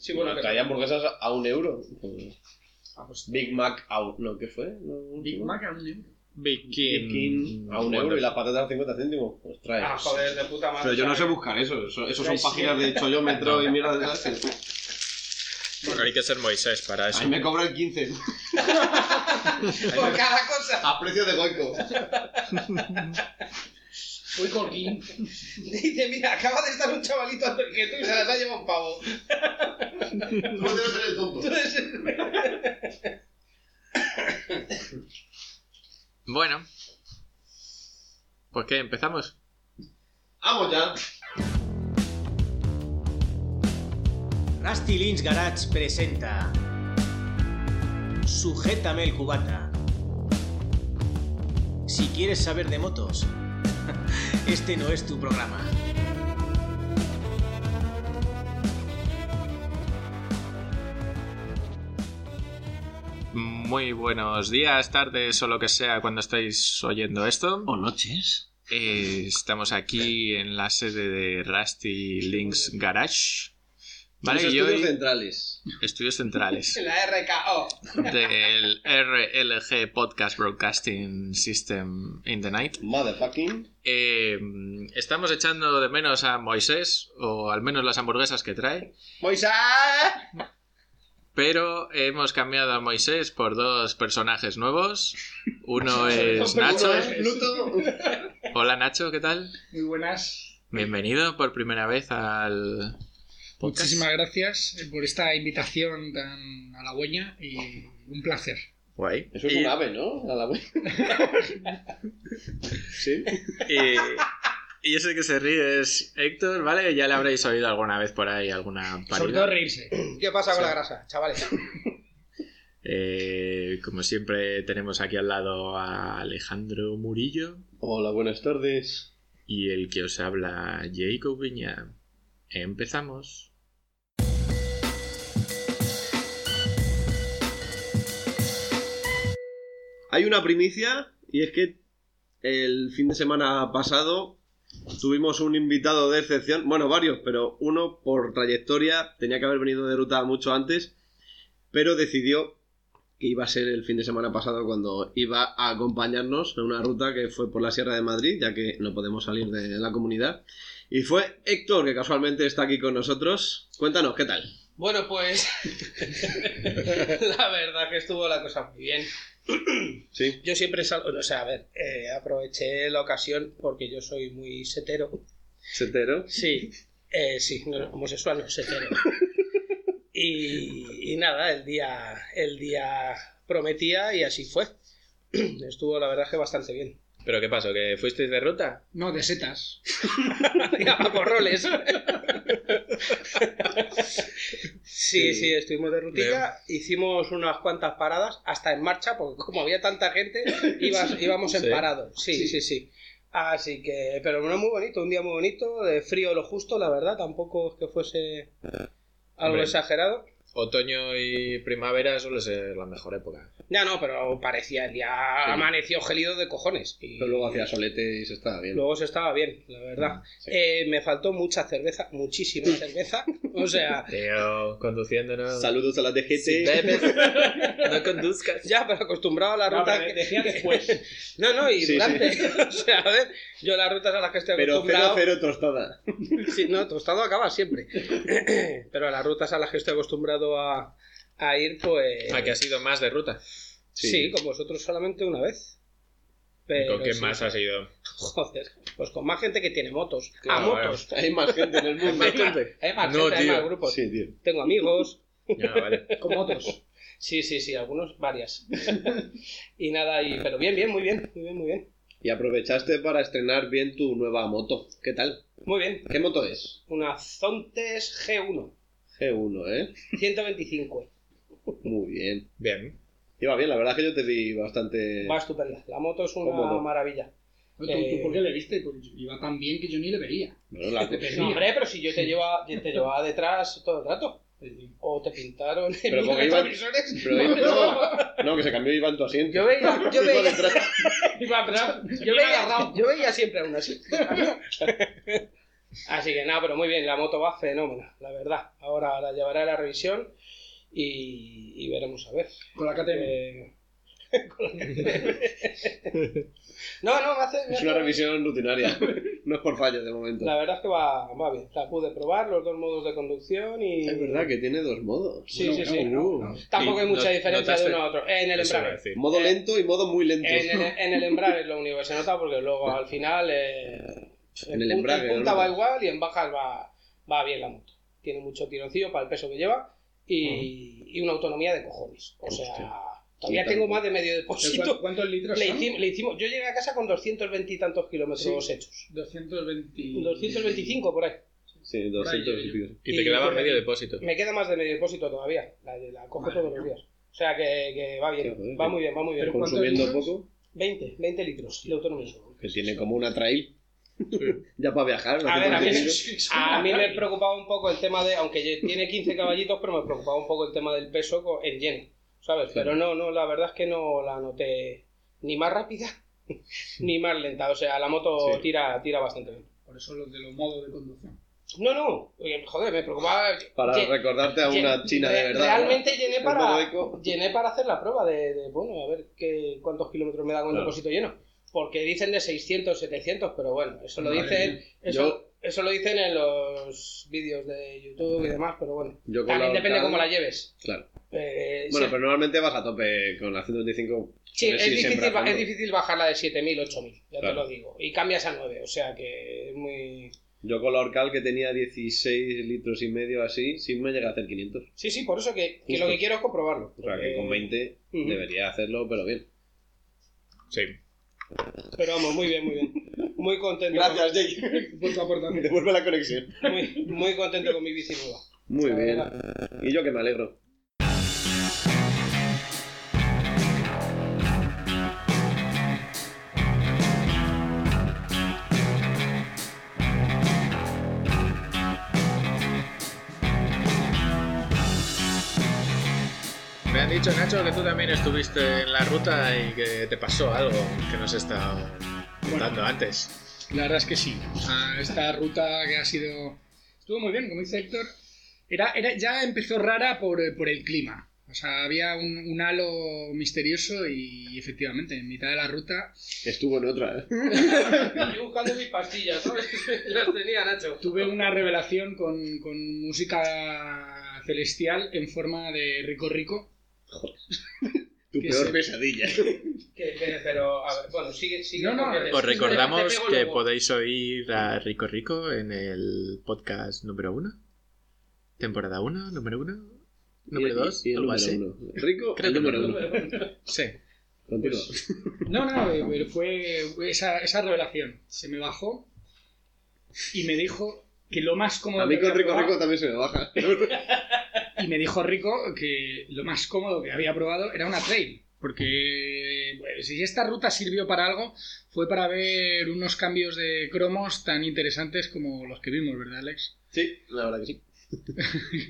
Sí, bueno, que- traía hamburguesas a un euro. Ah, pues, Big Mac a un... ¿No? ¿Qué fue? ¿No? Big Mac a un euro. Big Big King a un euro y las patatas a 50 céntimos. Pues trae. Ah, joder, de puta madre. Pero yo no sé buscar eso. Eso, eso son Sí. páginas de cholómetro y mierda de esas. Porque hay que ser Moisés para eso. Ahí me cobran 15. Por cada cosa. A precio de goico. Fui con King. Dice, mira, acaba de estar un chavalito antes que tú y se las ha llevado un pavo. ¿Cómo debe ser el tonto? Entonces, Bueno. Pues qué, empezamos. ¡Vamos ya! Rusty Lynch Garage presenta. Sujétame el cubata. Si quieres saber de motos, este no es tu programa. Muy buenos días, tardes o lo que sea cuando estáis oyendo esto. ¿O noches? Eh, estamos aquí en la sede de Rusty Links Garage. Vale, Vale, y yo... hoy centrales. estudios centrales La RKO. del RLG Podcast Broadcasting System in the Night. Motherfucking. Eh, estamos echando de menos a Moisés, o al menos las hamburguesas que trae, ¡Moisés! pero hemos cambiado a Moisés por dos personajes nuevos. Uno es Uno Nacho. es Pluto. Hola Nacho, ¿qué tal? ¿eh? Muy buenas. Bienvenido por primera vez al podcast. Muchísimas gracias por esta invitación tan halagüeña y un placer. Guay. Eso es Y- un ave, ¿no? A la web. sí. Y, y ese que se ríe es Héctor, ¿vale? Ya le habréis oído alguna vez por ahí, alguna Sobre todo parida. reírse. ¿Qué pasa con la grasa, chavales? Eh, como siempre, tenemos aquí al lado a Alejandro Murillo Hola, buenas tardes. y el que os habla, Jacob Viña. Empezamos. Hay una primicia y es que el fin de semana pasado tuvimos un invitado de excepción, bueno, varios, pero uno por trayectoria tenía que haber venido de ruta mucho antes, pero decidió que iba a ser el fin de semana pasado cuando iba a acompañarnos en una ruta que fue por la Sierra de Madrid, ya que no podemos salir de la comunidad. Y fue Héctor, que casualmente está aquí con nosotros. Cuéntanos, ¿qué tal? Bueno, pues. la verdad que estuvo la cosa muy bien. Sí. Yo siempre salgo. O sea, a ver, eh, aproveché la ocasión porque yo soy muy setero. ¿Setero? Sí, eh, sí, no, homosexual no, setero. Y, y nada, el día, el día prometía y así fue. Estuvo la verdad que bastante bien. ¿Pero qué pasó? ¿Que fuisteis de ruta? No, de setas. Ya, a corroles. Sí, sí, estuvimos de rutilla, hicimos unas cuantas paradas, hasta en marcha, porque como había tanta gente, ibas- íbamos en Sí. parado. Sí, sí, sí, Así que, pero bueno, muy bonito, un día muy bonito, de frío lo justo, la verdad, tampoco es que fuese algo Hombre. exagerado. Otoño y primavera suele ser la mejor época. Ya no, pero parecía el día amaneció gélido de cojones. Y Pero luego hacía solete y se estaba bien. Luego se estaba bien, la verdad. Sí. Eh, me faltó mucha cerveza, muchísima cerveza. O sea, Tío, conduciéndonos. Saludos a la DGT. Si bebes, no conduzcas. ya, pero acostumbrado a la No, ruta. pero que- decía después. No, no, y Sí, sí. durante. O sea, a ver, yo las rutas a las que estoy Pero cero, acostumbrado. cero tostada. Sí, no, tostado acaba siempre. pero a las rutas a las que estoy acostumbrado a, a ir, pues. ¿A Ah, que has ido más de ruta? sí. con vosotros solamente una vez. Pero ¿Con quién sí. más has ido? Joder, pues con más gente que tiene motos. a Claro, motos. Hay más gente en el mundo. Hay más No, gente, hay tío. más grupos. Sí, tío. Tengo amigos. Ya, vale. Con motos. Sí, sí, sí, algunos, varias. y nada, y, pero bien, bien, muy bien, muy bien, muy bien. Y aprovechaste para estrenar bien tu nueva moto. ¿Qué tal? Muy bien. ¿Qué moto es? Una Zontes G1, G1, ¿eh? 125. Muy bien. Bien. Iba bien, la verdad es que yo te vi bastante... Va estupenda. La moto es una Cómodo. maravilla. ¿Tú, tú Eh. por qué le viste? Pues iba tan bien que yo ni le veía. Bueno, la- Pero- No, hombre, pero si yo te llevaba, yo te llevaba detrás todo el rato. O te pintaron en Pero los porque iba- retrovisores. pero iba- No, No, que se cambió Iván tu asiento. Yo veía, yo Iba veía, detrás. Iba atrás. yo veía, yo veía siempre a una así. Así que nada, pero muy bien, la moto va fenómeno, la verdad. Ahora la llevaré a la revisión y, y veremos a ver. Con la KTM. Eh, con la KTM. no, no, me hace. me Es hace- una revisión rutinaria. No es por fallos de momento. La verdad es que va, va bien. La pude probar, los dos modos de conducción y. Es verdad que tiene dos modos. Sí, sí, sí. Uh. Tampoco Y hay mucha no- diferencia notaste- de uno a otro. En el Eso iba a embrague. decir. Modo lento y modo muy lento. Eh, En el, en el embrague es lo único que se nota porque luego al final. eh, En el embrague, En punta ¿no? va igual y en bajas va, va bien la moto. Tiene mucho tironcillo para el peso que lleva y, y una autonomía de cojones. O sea, Hostia. todavía Puta. tengo más de medio ¿Cuán- depósito. ¿Cuántos litros Le son? hicimos, le hicimos- yo llegué a casa con 220 y tantos kilómetros hechos. 220. 225 por ahí. Sí, 200 y pico. Y te Y- quedabas porque- medio depósito. Me queda más de medio depósito todavía. La, la cojo Madre todos los mía. días. O sea que, que va bien, Qué joder, va qué- muy bien, va muy bien. Pero ¿cuántos Consumiendo litros? poco, 20, 20 litros de autonomía. que tiene como una trail. ya para viajar. no A te ver, a mí, preocupes. a mí me preocupaba un poco el tema de, aunque ye- tiene 15 caballitos, pero me preocupaba un poco el tema del peso co- en lleno, ¿sabes? Pero no, no, la verdad es que no la noté ni más rápida ni más lenta. O sea, la moto Sí. tira, tira bastante bien. Por eso los de los modos de conducción. No, no, oye, joder, me preocupaba. Para Lle- recordarte a lle- una china de re- verdad. Realmente llené El para, modo eco. llené para hacer la prueba de, de, bueno, a ver qué, cuántos kilómetros me da con el Claro. depósito lleno. Porque dicen de 600, 700, pero bueno, eso lo Madre dicen, mía. eso, Yo- eso lo dicen en los vídeos de YouTube y demás, pero bueno. ¿no? Yo con También la depende Orcal- cómo la lleves. Claro. Eh, Bueno, sí, pero normalmente vas a tope con la 125. sí, joder, es, sí, siempre difícil, ba- bajando. es difícil bajarla de 7000, 8000, ya Claro. te lo digo. Y cambias a 9, o sea que es muy. Yo con la Orcal que tenía 16 litros y medio así, sí me llega a hacer 500. Sí, sí, por eso que, que lo Justo. que quiero es comprobarlo. Eh, O sea que con porque- 20 Ujú. debería hacerlo, pero bien. Sí. Pero vamos, muy bien, muy bien. Muy contento. Jake. Vuelta a portar. Devuelve la conexión. Muy, muy contento con mi bici nueva. Muy La bien. Y yo que me alegro. Me han dicho, Nacho, que tú también estuviste en la ruta y que te pasó algo que nos has estado contando antes. La verdad es que sí. O sea, esta ruta que ha sido. Estuvo muy bien, como dice Héctor. Era, era, ya empezó rara por, por el clima. O sea, había un, un halo misterioso y efectivamente, en mitad de la ruta Estuvo en otra, ¿eh? Yo buscando mis pastillas, ¿sabes? Las tenía Nacho. tuve una revelación con, con música celestial en forma de rico rico. Tu Que peor se- pesadilla. Que- que- pero, a ver, bueno, sigue, sigue. No, no, porque te- Os recordamos te pego que luego. podéis oír a Rico Rico en el podcast número 1, temporada 1, número 1, número 2, Y el algo número así. uno. Rico, Creo el que número no. uno. Sí. Continúa. No, no, eh, pero fue esa, esa revelación. Se me bajó y me dijo que lo más cómodo A mí que con había Rico probado- Rico también se me baja. Y me dijo Rico que lo más cómodo que había probado era una trail. Porque bueno, si esta ruta sirvió para algo, fue para ver unos cambios de cromos tan interesantes como los que vimos, ¿verdad, Alex? Sí, la verdad que sí.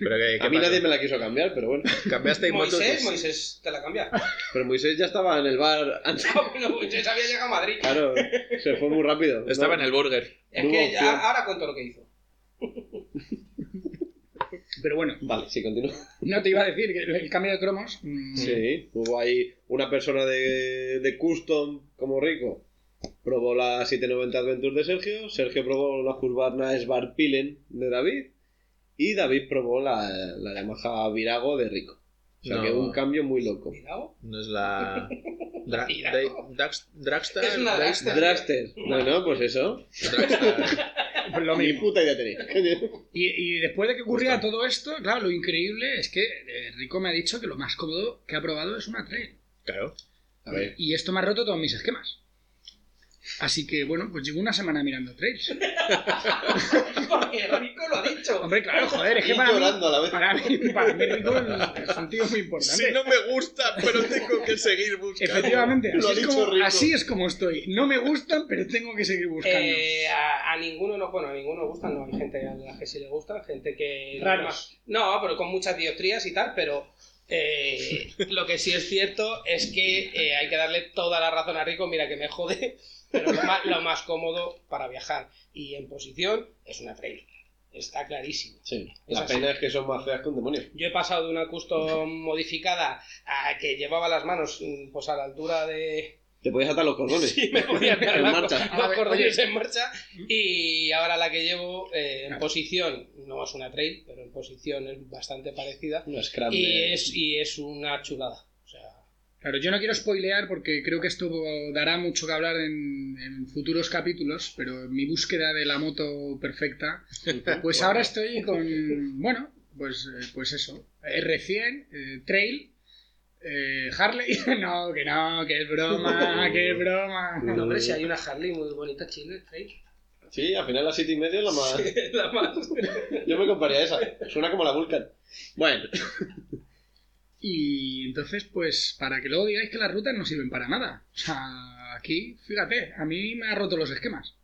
Pero que, A mí nadie me la quiso cambiar, pero bueno. cambiaste motos. Moisés, Moisés, te la cambia. Pero Moisés ya estaba en el bar antes. Ah, bueno, Moisés había llegado a Madrid. Claro, se fue muy rápido. Estaba en No, el burger. Es Hubo que opción. ya- ahora cuento lo que hizo. Pero bueno, Vale, sí, continúa. no te iba a decir que el cambio de cromos. mm, Sí, hubo ahí una persona de, de custom como Rico. Probó la 790 Adventure de Sergio, Sergio probó la Husqvarna Svartpilen de David y David probó la, la Yamaha Virago de Rico. O sea No. que un cambio muy loco. Cuidado. No es la. Dra- Mira. Dra- Drax- Dragstar. Es una Drax- Dragstar. Draster. Bueno, pues eso. Dragstar. pues lo Ni mismo. puta idea tenéis. Y, y después de que ocurría Justo. todo esto, claro, lo increíble es que eh, Rico me ha dicho que lo más cómodo que ha probado es una trail. Claro. A ver. Y esto me ha roto todos mis esquemas. Así que, bueno, pues llevo una semana mirando trails. Porque Rico lo ha dicho. Hombre, claro, joder, es que Y para mí, llorando a la vez. para mí, para mí Rico es un tío muy importante. Si no me gusta, pero tengo que seguir buscando. Efectivamente, Lo ha así es, dicho como, Rico. así es como estoy. No me gustan, pero tengo que seguir buscando. Eh, a, a ninguno no, bueno, a ninguno nos gustan, no hay gente a la que sí le gustan, gente que. Raros. No, pero con muchas dioptrías y tal, pero eh, lo que sí es cierto es que eh, hay que darle toda la razón a Rico, mira que me jode. pero lo más, lo más cómodo para viajar. Y en posición es una trail. Está clarísimo. Sí. Es La así. pena es que son más feas que un demonio. Yo he pasado de una custom modificada a que llevaba las manos mm, pues a la altura de... Te podías atar los cordones. Sí, me podía atar En la- marcha. los A ver, cordones oye. en marcha. Y ahora la que llevo eh, en Claro. posición, no es una trail, pero en posición es bastante parecida. No es grande. Y es, y es una chulada. O sea, Claro, yo no quiero spoilear porque creo que esto dará mucho que hablar en, en futuros capítulos, pero en mi búsqueda de la moto perfecta, pues ahora estoy con, bueno, pues, eh, pues eso, R100, eh, Trail, eh, Harley, no, que no, que es broma, que es broma. No, hombre, si si hay hay una Harley muy bonita Chile, trail. Sí, al final la City y medio es la más. la más. Yo me compraría esa. Suena como la Vulcan. Bueno, Y entonces, pues, para que luego digáis que las rutas no sirven para nada. O sea, aquí, fíjate, a mí me ha roto los esquemas.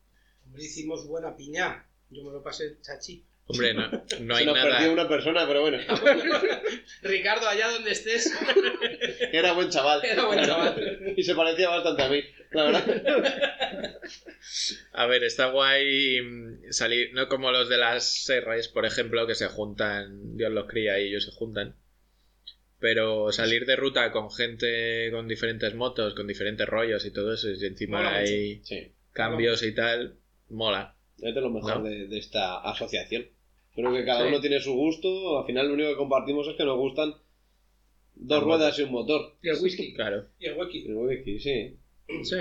Hombre, hicimos buena piña. Yo me lo pasé chachi. Hombre, no, no se hay nos nada. perdió una persona, pero bueno. Ricardo, allá donde estés. Era buen chaval. Era buen chaval. Y se parecía bastante a mí, la verdad. A ver, está guay mm, salir, no como los de las R's, por ejemplo, que se juntan, Dios los cría y ellos se juntan. Pero salir de ruta con gente con diferentes motos, con diferentes rollos y todo eso, y encima Mola mucho. hay Sí. cambios y tal, mola. Es de lo mejor No. de, de esta asociación. Creo que cada Sí. uno tiene su gusto. Al final, lo único que compartimos es que nos gustan dos La ruedas y un motor. Y el whisky. Claro. Y el Y wiki. luego aquí, sí. Sí.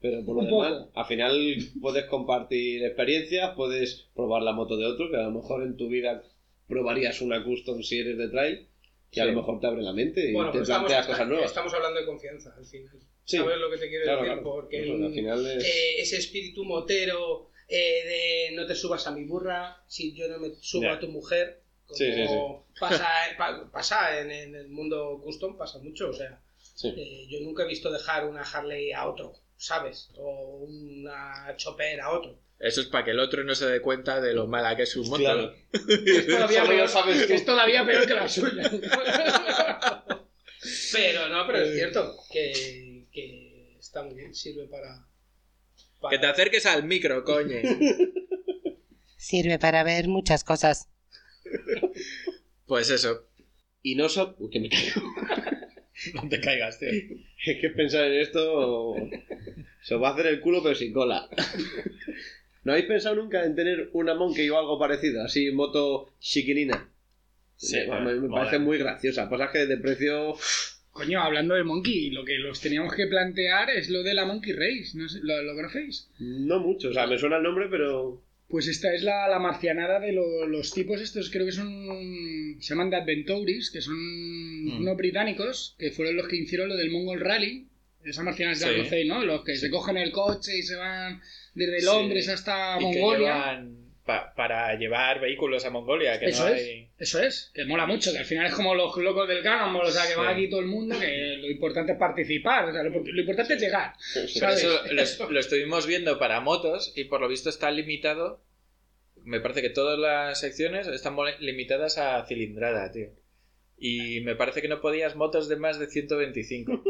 Pero por lo Un demás, poco. al final puedes compartir experiencias, puedes probar la moto de otro, que a lo mejor en tu vida probarías una custom si eres de trail, y a Sí. lo mejor te abre la mente y te pues planteas estamos, cosas nuevas. estamos hablando de confianza al final. Sí, ¿Sabes lo que te quiero claro, decir? claro. Porque Eso, al final es... eh, ese espíritu motero eh, de no te subas a mi burra, si yo no me subo Ya. a tu mujer, como Sí, sí, sí. pasa, eh, pa- pasa en, en el mundo custom, pasa mucho. O sea, sí. eh, yo nunca he visto dejar una Harley a otro, ¿sabes? O una Chopper a otro. Eso es para que el otro no se dé cuenta de lo mala que es su moto. Claro. todavía Solo lo peor. sabes tú. Es todavía peor que la suya. Pero no, pero es cierto que, que está muy bien, sirve para. para- Que te acerques al micro, coño. Sirve para ver muchas cosas. Pues eso. Y no sab- Uy, que me caigo. No te caigas, tío. Es que pensar en esto se os va a hacer el culo pero sin cola. ¿No habéis pensado nunca en tener una monkey o algo parecido? Así, moto chiquinina. Sí, me, bueno, me mola. parece muy graciosa. Pasa que de precio... Coño, hablando de Monkey, lo que los teníamos que plantear es lo de la Monkey Race. ¿no? sé, ¿Lo, lo conocéis? No mucho, o sea, me suena el nombre, pero. Pues esta es la, la marcianada de lo- los tipos estos, creo que son... Se llaman The Adventuris, que son Mm. unos británicos, que fueron los que hicieron lo del Mongol Rally. Esa marcianada ya Sí. conocéis, ¿no? Los que se cogen el coche y se van desde Sí. Londres hasta Y que Mongolia. llevan pa- para llevar vehículos a Mongolia, que Eso no es. hay... Eso es, que mola mucho, que al final es como los locos del Cannonball, o sea, que va Sí. aquí todo el mundo, que lo importante es participar, o sea, lo, lo importante es llegar. Pero ¿sabes? eso lo, es- lo estuvimos viendo para motos y por lo visto está limitado. Me parece que todas las secciones están mole- limitadas a cilindrada, tío. Y me parece que no podías motos de más de 125.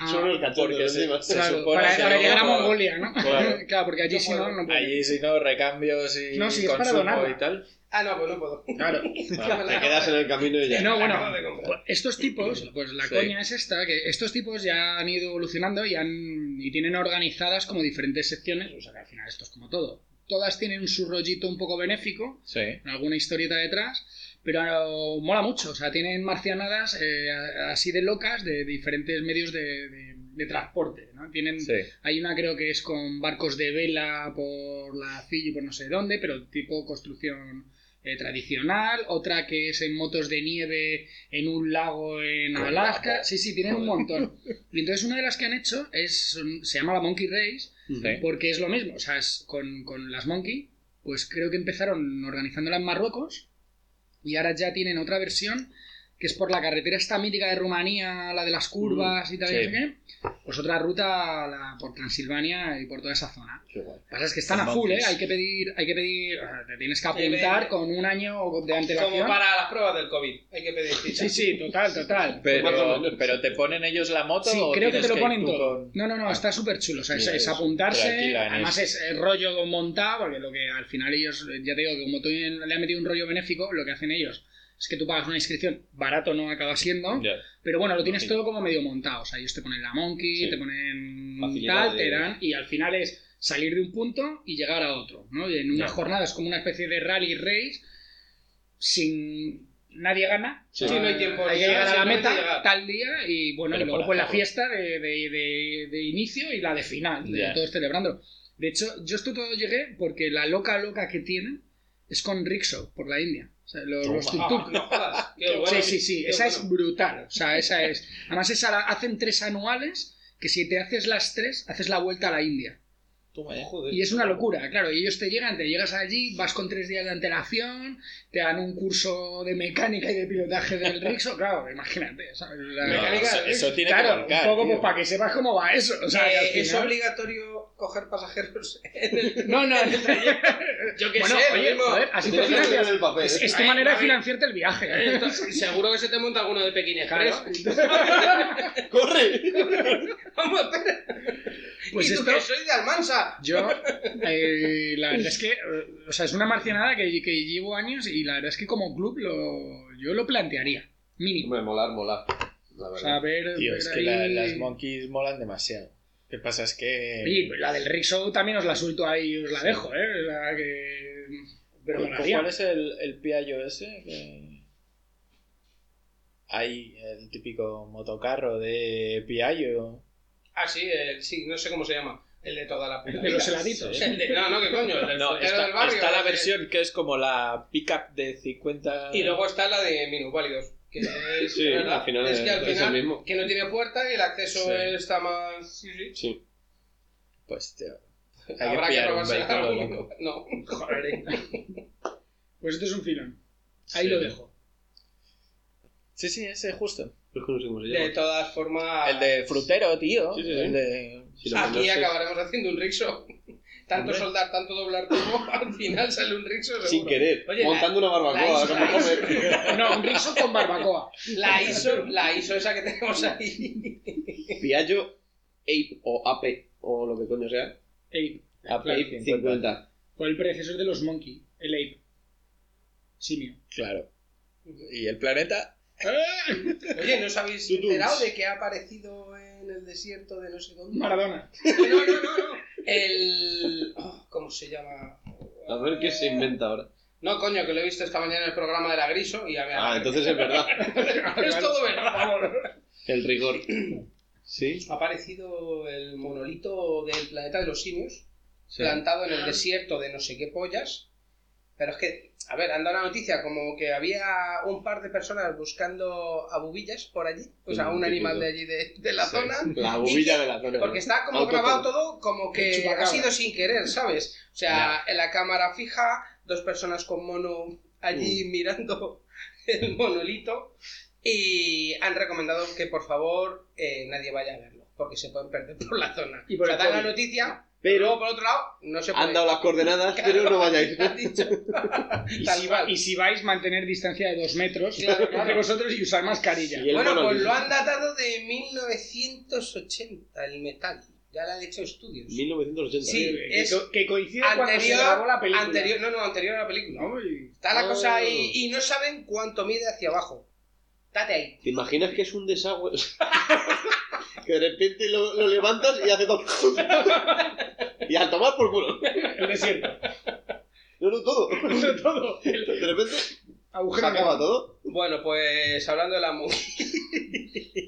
Ah, Solo el cachorro Porque se, encima. se claro, supone para, que para no- llegar a Mongolia, ¿no? Claro. Claro, porque allí No si no, puedo. no puedo. Allí si no, recambios y No, sí, es para consumo donarla. y tal. Ah, no, pues no puedo. Claro. Claro, te quedas en el camino y ya. No, bueno, Acabo de comprar. Pues Estos tipos, pues la Sí. coña es esta, que estos tipos ya han ido evolucionando y, han, y tienen organizadas como diferentes secciones, o sea que al final esto es como todo. Todas tienen su rollito un poco benéfico, Sí. con alguna historieta detrás, pero uh, mola mucho, o sea, tienen marcianadas eh, a- así de locas de diferentes medios de, de- de transporte, ¿no? Tienen, Sí. Hay una creo que es con barcos de vela por la Fiji, por no sé dónde, pero tipo construcción eh, tradicional, otra que es en motos de nieve en un lago en Alaska, sí, sí, tienen un montón. Y entonces una de las que han hecho es, son- se llama la Monkey Race, Sí. porque es lo mismo, o sea, es con, con las Monkey, pues creo que empezaron organizándola en Marruecos y ahora ya tienen otra versión que es por la carretera esta mítica de Rumanía, la de las curvas y tal, y sí. no sé qué, pues otra ruta la- por Transilvania y por toda esa zona. Qué guay. Lo que pasa es que están a Los full, ¿eh? monkeys. Hay que pedir, hay que pedir, o sea, te tienes que Sí, apuntar ve- con un año de Como antelación. para las pruebas del COVID, hay que pedir cita. Sí, sí, total, total. Más o Pero, menos. pero te ponen ellos la moto Sí, o creo que tienes te lo ir ponen tú todo. con- No, no, no, Ah. está súper chulo. O sea, es, Mira, es es apuntarse. tranquila en Además, es, es rollo montado, porque lo que al final ellos, eh, ya te digo, que como tú le han metido un rollo benéfico, lo que hacen ellos es que tú pagas una inscripción. Barato no acaba siendo, Ya. pero bueno, lo tienes Sí. todo como medio montado. O sea, ellos te ponen la monkey, Sí. te ponen Facilidades. tal, te dan, y al final es salir de un punto y llegar a otro. ¿no? Y en una Ya. jornada es como una especie de rally race sin. Nadie gana, Sí. Sí, no hay tiempo. hay que Ya, llegar a la simplemente meta llegar. tal día y bueno, Pero y luego por pues la hacerlo. fiesta de, de- de- de inicio y la de final, de Ya. todos celebrando. De hecho, yo esto todo llegué porque la loca loca que tiene es con Rickshaw por la India. O sea, los, los Ah, tuk-tuk. no jodas, qué bueno. sí, sí, sí, Qué esa bueno. es brutal. O sea, esa es. Además, esa la hacen tres anuales que si te haces las tres, haces la vuelta a la India. Toma ya. Joder. Y es una locura, claro. Y ellos te llegan, te llegas allí, vas con tres días de antelación, te dan un curso de mecánica y de pilotaje del Rixo. Claro, imagínate, ¿sabes? La No, mecánica eso- eso tiene que claro, arrancar, un poco tío. pues, para que sepas cómo va eso. O sea, Eh, que al ¿Es final- obligatorio coger pasajeros en el No, no, no. Yo qué bueno, sé, oye, mismo. joder, así te Tienes que financias. tener el papel. Es, es tu Ay, manera de ay. financiarte el viaje. ¿eh? Esto- seguro que se te monta alguno de Pekín Claro. Express. ¡Corre! Vamos, espera. Pues ¿Y tú esto, que soy de Almansa. Yo, eh, la verdad es que, eh, o sea, es una marcianada que, que llevo años y la verdad es que como club lo, yo lo plantearía, mínimo. Hombre, molar, molar. La O verdad. sea, ver, Tío, ver es que la- ahí- las monkeys molan demasiado. ¿Qué pasa? Es que... Oye, pues la del Rick Show también os la suelto ahí y os la dejo, ¿eh? La que... Pero ¿Cu- molaría. ¿Cuál es el, el piallo ese? que- Hay el típico motocarro de piallo. Ah, sí, el- sí, no sé cómo se llama. El de toda la puta De los vida. heladitos. El de- no, no, qué coño. El del No, frutero está, del barrio. está la el de- versión que es como la pickup de 50. Y luego está la de minusválidos. Que es, Sí, ¿verdad? al final es que al es el final mismo. que no tiene puerta y el acceso Sí. está más. Sí, sí. Sí. Pues tío. Hay que Habrá que pillar un robarse vehículo alguno. loco. No. Joder. Pues esto es un filón. Ahí Sí. lo dejo. Sí, sí, ese justo. Es que no sé cómo se De llama. todas formas. El de frutero, tío. Sí, sí, sí. El de... Si lo Aquí mandas es- acabaremos haciendo un rixo. Tanto soldar, tanto doblar turbo, al final sale un rixo seguro. sin querer, Oye, montando una barbacoa. la a lo mejor isla- de- No, un Rick Show con barbacoa. La, la ISO, la ISO esa que tenemos ahí. Piaggio Ape o Ape o lo que coño sea. Ape. Ape 50. 50. Fue el predecesor de los Monkey. El Ape. Simio. Claro. Y el planeta. Oye, ¿no os habéis Tutuns. enterado de que ha aparecido en el desierto de no sé dónde? Maradona. No, no, no, no. El. oh, ¿Cómo se llama? A ver qué se inventa ahora. No, coño, que lo he visto esta mañana en el programa de la Griso y a ver. Ah, entonces es verdad. es todo verdad. El rigor. Sí. Ha aparecido el monolito del planeta de los simios, plantado en el desierto de no sé qué pollas. Pero es que, a ver, han dado la noticia como que había un par de personas buscando a bubillas por allí, o sea, Mm, un qué animal lindo. de allí de, de la Sí. zona. La Y bobilla que- de la zona. Porque está como Autocon. grabado todo como El que chupacabra. ha sido sin querer, ¿sabes? O sea, en la cámara fija, dos personas con mono allí Uh. mirando el monolito y han recomendado que por favor eh, nadie vaya a verlo porque se pueden perder por la zona. Y o por sea, el dan la COVID. noticia, pero Pero por otro lado no se puede. han dado las coordenadas, Claro, pero no vayáis. han dicho. Y Tal si, va- cual. y si vais, mantener distancia de dos metros Claro, entre claro. vosotros y usar mascarilla. Y el Bueno, monolito. pues lo han datado de 1980 el metal. Ya le han hecho estudios. 1980. Sí, Que es co- que coincide cuando se grabó anterior, la película. anterior, no, no, anterior a la película. ¿no? Y- Está la Oh. cosa ahí y no saben cuánto mide hacia abajo. Date ahí. ¿Te imaginas que es un desagüe? que de repente lo, lo levantas y hace todo. y al tomar por culo. El desierto. No, no, todo. Todo. El De repente se agujero acaba negro. todo. Bueno, pues hablando de la música,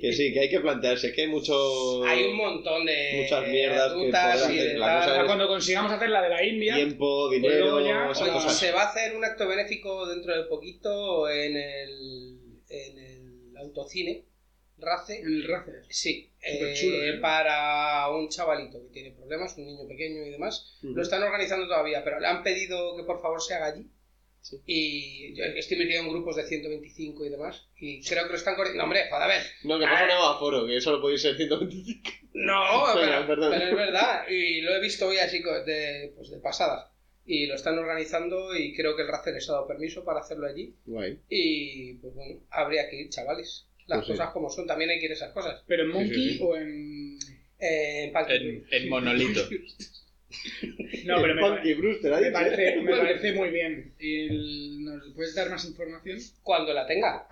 Que sí, que hay que plantearse. Es que hay mucho hay un montón de Muchas mierdas que rutas podrán y hacer, de la tal. cosa Ahora cuando consigamos hacer la de la India, tiempo, Pues dinero, luego ya, esas Oye, cosa. cosas. se va a hacer un acto benéfico dentro de poquito en el, en el autocine en Race. el Racer. Sí, Superchulo, Mm. eh, ¿eh? para un chavalito que tiene Mm. problemas, un niño pequeño y demás. Lo están organizando todavía, pero le han pedido que por favor se haga allí. Y yo estoy metido en grupos de 125 y demás. Y creo que lo están coordinando. Hombre, joder, a ver. No, que no sonaba aforo, que solo podéis ser 125. No, Venga, pero, perdón. pero es verdad. Y lo he visto hoy así co- de, pues de pasada. Y lo están organizando y creo que el Racer les ha dado permiso para hacerlo allí. Guay. Y pues bueno, habría que ir, chavales. Las Pues sí. cosas como son, también hay que ir a esas cosas. ¿Pero en Monkey sí, sí. o en.? Eh, en Punk En, en monolito. No, pero me, Punky Brewster, ha me dicho. parece, me parece muy bien. El- ¿Nos puedes dar más información? Cuando la tenga,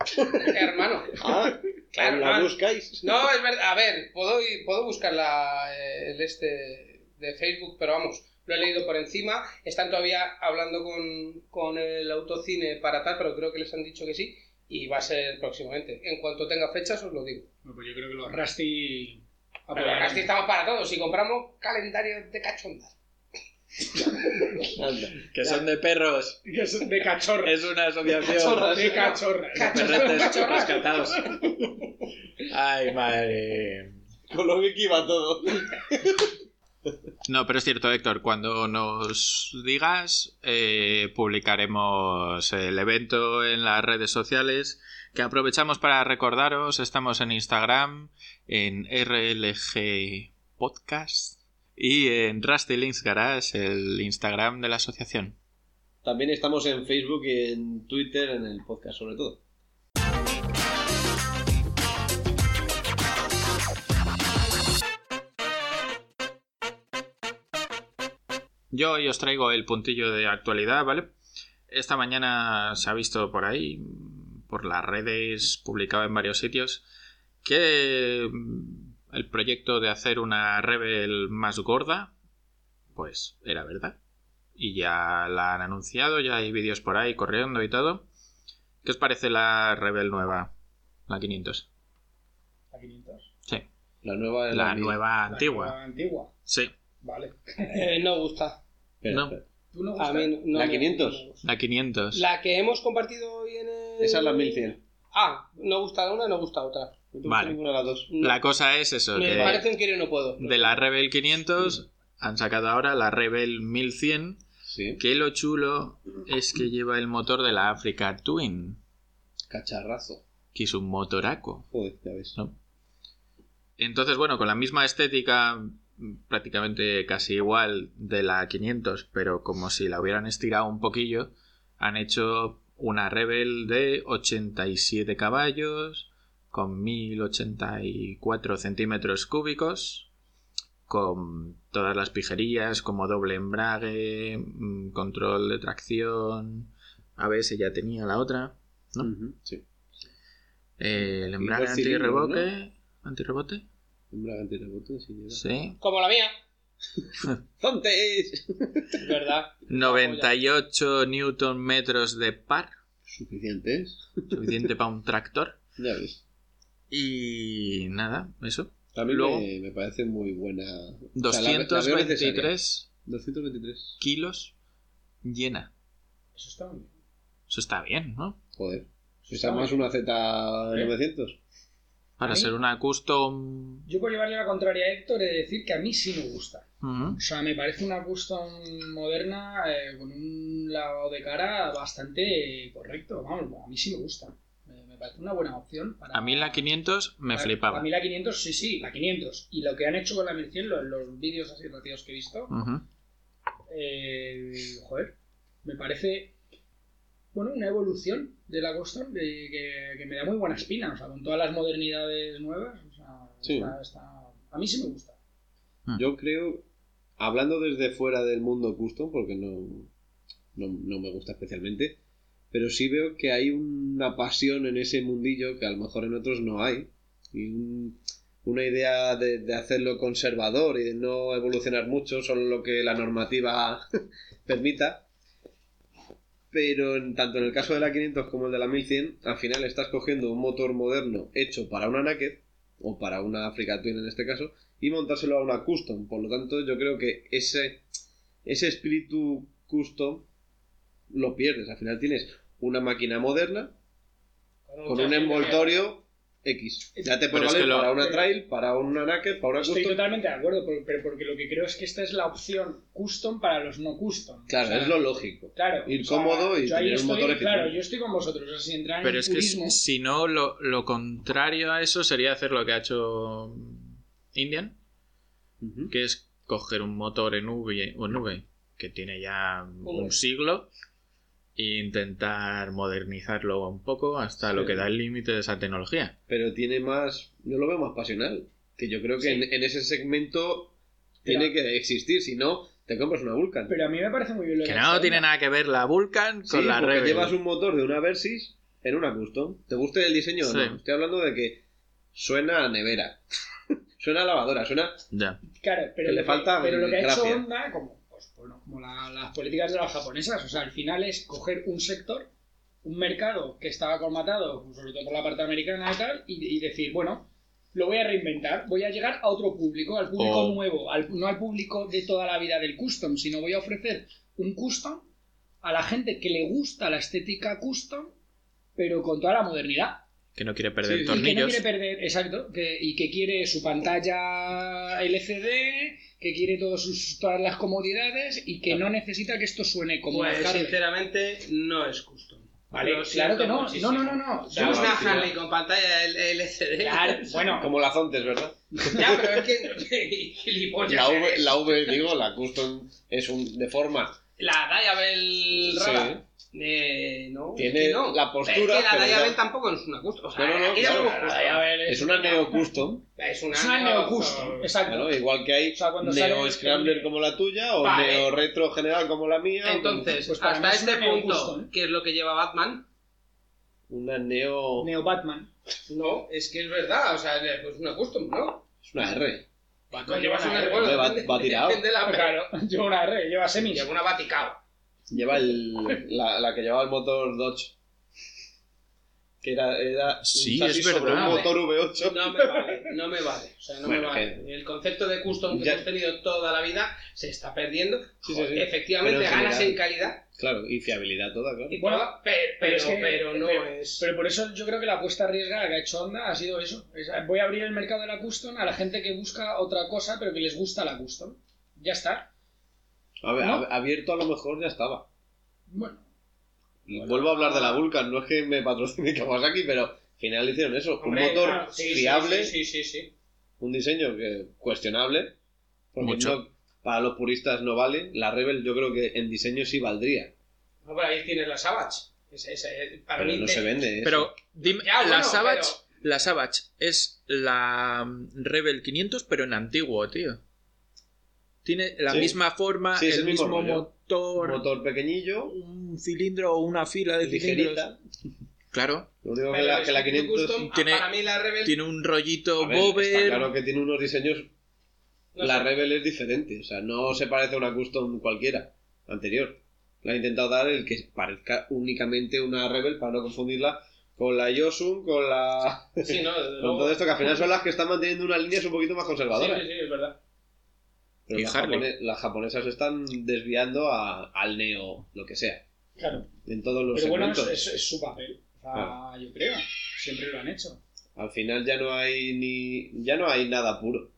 hermano. Ah, Claro, la hermano. buscáis. No, es verdad. A ver, puedo, ir- puedo buscar la, eh, el este de Facebook, pero vamos, lo he leído por encima. Están todavía hablando con, con el autocine para tal, pero creo que les han dicho que sí. Y va a ser próximamente. En cuanto tenga fechas, os lo digo. Ah, Bueno, pues yo creo que los Rusty. Pero apoyarán. casi estamos para todos. Si compramos calendarios de cachondas. Anda. Que son de perros. Que son De cachorras. Es una asociación. Cachorras. De cachorras. Perretes Cachorras. rescatados. Ay, madre. Con lo que iba todo. No, pero es cierto, Héctor. Cuando nos digas, eh, publicaremos el evento en las redes sociales. Que aprovechamos para recordaros, estamos en Instagram, en RLG Podcast y en Rusty Links Garage, el Instagram de la asociación. También estamos en Facebook y en Twitter, en el podcast sobre todo. Yo hoy os traigo el puntillo de actualidad, ¿vale? Esta mañana se ha visto por ahí, por las redes, publicado en varios sitios, que mm, el proyecto de hacer una Rebel más gorda, pues era verdad. Y ya la han anunciado, ya hay vídeos por ahí corriendo y todo. ¿Qué os parece la Rebel nueva? La 500. A 500. La nueva es La mía. nueva La antigua. nueva Antigua. Sí, Vale. Eh, no gusta. Espera, No. espera. ¿Tú no A gustas? mí no- no ¿La me- 500? no me gusta. la 500. La que hemos compartido hoy en el... Esa es la 1100. Ah, no gusta una, no gusta otra. Vale. Ninguna de las dos. La cosa es eso. Me que- parece un quiero y no puedo. de la Rebel 500 han sacado ahora la Rebel 1100 Sí. que lo chulo es que lleva el motor de la Africa Twin Cacharrazo. que es un motoraco Joder, ya ves. entonces bueno con la misma estética mm, prácticamente casi igual de la 500 pero como si la hubieran estirado un poquillo han hecho una Rebel de 87 caballos con 1084 centímetros cúbicos con todas las pijerías como doble embrague, mm, control de tracción, ABS ya tenía la otra, ¿no? Ujú, Sí. Eh, el Y embrague dos cilindros, antirreboque, antirrebote, Hombre, antes de botones y llega. sí. Como la mía, ¡Zontes! ¿verdad? 98 newton metros de par, Suficientes. suficiente para un tractor. Ya ves. Y nada, eso. También Luego- me, me parece muy buena. O sea, la- la veo necesaria. 223 223. kilos llena. Eso está muy bien. Eso está bien, ¿no? Joder. Esa más una ¿Eh? Z900. Para ¿A mí? ser mm, una custom... Yo por llevarle la contraria a Héctor he de decir que a mí sí me gusta. Ujú. O sea, me parece una custom moderna eh, con un lavado de cara bastante eh, correcto. Vamos, a mí sí me gusta. Me, me parece una buena opción. Para, A mí la 500 me para- flipaba. A mí la 500, sí, sí, la 500. Y lo que han hecho con la 1100, los, los vídeos así rápidos que he visto, Ujú. eh, joder, me parece bueno, una evolución de la custom de- que, que me da muy buena espina. O sea, con todas las modernidades nuevas, o sea, Sí. está- está- a mí sí me gusta. Yo creo, hablando desde fuera del mundo custom, porque no, no, no me gusta especialmente, pero sí veo que hay una pasión en ese mundillo que a lo mejor en otros no hay. Y un- una idea de, de hacerlo conservador y de no evolucionar mucho, solo lo que la normativa permita. Pero en, tanto en el caso de la 500 como el de la 1100, al final estás cogiendo un motor moderno hecho para una Naked, o para una Africa Twin en este caso, y montárselo a una custom. Por lo tanto, yo creo que ese, ese espíritu custom lo pierdes. Al final tienes una máquina moderna con un envoltorio X. Ya te Pero puede es valer que lo- para una trail, para una naked, para una Estoy custom. totalmente de acuerdo, por- pero porque lo que creo es que esta es la opción custom para los no custom. Claro, O sea, es lo lógico. claro, ir o sea, cómodo y yo ahí tener un estoy- motor eficiente. Claro, yo estoy con vosotros. o sea, si entrar en Pero es que purismo, si si no, lo, lo contrario a eso sería hacer lo que ha hecho Indian, Ujú. que es coger un motor en V o en V, que tiene ya un Joder. siglo, e intentar modernizarlo un poco hasta lo que da el límite de esa tecnología. Pero tiene más. Yo lo veo más pasional. Que yo creo que Sí. en, en ese segmento Pero- tiene que existir. Si no, te compras una Vulcan. Pero a mí me parece muy bien lo de Que la no sonda. tiene nada que ver la Vulcan Sí, con la porque Rebel. llevas un motor de una Versys en una custom. ¿Te gusta el diseño? o Sí. No, estoy hablando de que suena a nevera. suena a lavadora, suena. Ya. Claro, pero, Que lo le que- falta pero lo que ha hecho gracia. Honda, como, pues, bueno, como la- las políticas de las japonesas, o sea, al final es coger un sector, un mercado que estaba colmatado, pues, sobre todo por la parte americana y tal, y, y decir, bueno, lo voy a reinventar, voy a llegar a otro público, al público O- nuevo, al- no al público de toda la vida del custom, sino voy a ofrecer un custom a la gente que le gusta la estética custom, pero con toda la modernidad. Que no quiere Sí, perder sí. Y que no tornillos. quiere perder, exacto, que- y que quiere su pantalla LCD, que quiere todos sus, todas las comodidades y que no necesita que esto suene como Pues una Harley. sinceramente no es custom. Vale, Lo claro siento que no. muchísimo. No, no, no, no. O sea, Yo- una tío. Harley con pantalla L- LCD. Claro, bueno, Como la Zontes, ¿verdad? Ya, pero es que. gilipollas La V, eres. la V, digo, la custom es un de forma. La Diabel Sí. rara. Eh, no, Tiene es que no. la postura, Es que la pero Diabel ya- tampoco es una custom. O sea, No, no, no, aquí ya claro, somos la custom. Es una neo custom, Es una, es una neo custom, exacto. ¿no? igual que hay O sea, cuando neo sale- scrambler como la tuya o Vale. neo retro general como la mía. o Entonces, Pues para hasta mí es este una neo punto, custom. que es lo que lleva Batman, como una neo. Neo Batman. no, es que es verdad. O sea, es una custom, ¿no? Es una R. No llevas una R. bueno, Hombre, va- depende- va tirado. depende de la- Claro, lleva una R, lleva semis. Lleva una Vaticao. Lleva el, la, la que llevaba el motor Dodge. Que era, era un Sí, chasis es sobre verdad. un motor V8. No me vale, no me vale. O sea, no Bueno, me vale. El concepto de custom que Ya- hemos tenido toda la vida se está perdiendo. Sí, sí, sí. Joder, Efectivamente, Pero en ganas general- en calidad. Claro, y fiabilidad toda, claro. y Bueno, todo, pero, pero, es que- pero no pero- es. Pero por eso yo creo que la apuesta arriesgada que ha hecho Honda ha sido eso. Es, voy a abrir el mercado de la custom a la gente que busca otra cosa pero que les gusta la custom. Ya está. A ver, ¿No? a- abierto a lo mejor ya estaba. Bueno, Vuelvo a hablar de la Vulcan, no es que me patrocine Kawasaki, pero al final hicieron eso. Hombre, un motor claro, sí, sí, fiable, Sí, sí, sí. sí. un diseño que cuestionable. Porque Mucho. no- para los puristas no vale. La Rebel yo creo que en diseño sí valdría. Ah, por ahí tienes la Savage. Es- es- es- para Pero mí no te- se vende. eso. Pero dime, Ya, bueno, la Savage, pero- la Savage es la mm, Rebel 500 pero en antiguo, tío. Tiene la Sí. misma forma, Sí, es el, el mismo mismo, rollo. motor, motor pequeñillo, un cilindro o una fila de cilindros. ligerita. Claro, Lo único que pero la, es que la que 500 Custom, ah, tiene- para mí la Rebel tiene un rollito A ver, bober. está claro que tiene unos diseños. No la sé. Rebel es diferente, o sea, no se parece a una custom cualquiera anterior. La ha intentado dar el que parezca únicamente una Rebel para no confundirla con la Yosun, con la. Sí, no, desde con luego. todo esto que al final son las que están manteniendo unas líneas un poquito más Sí, conservadoras. sí, sí, es verdad. Pero Y las, Harley. japone- las japonesas se están desviando a- al neo, lo que sea, claro. en todos los Pero bueno, es, segmentos. es- es su papel. O sea, Claro. yo creo. Siempre lo han hecho. Al final ya no hay ni ya no hay nada puro.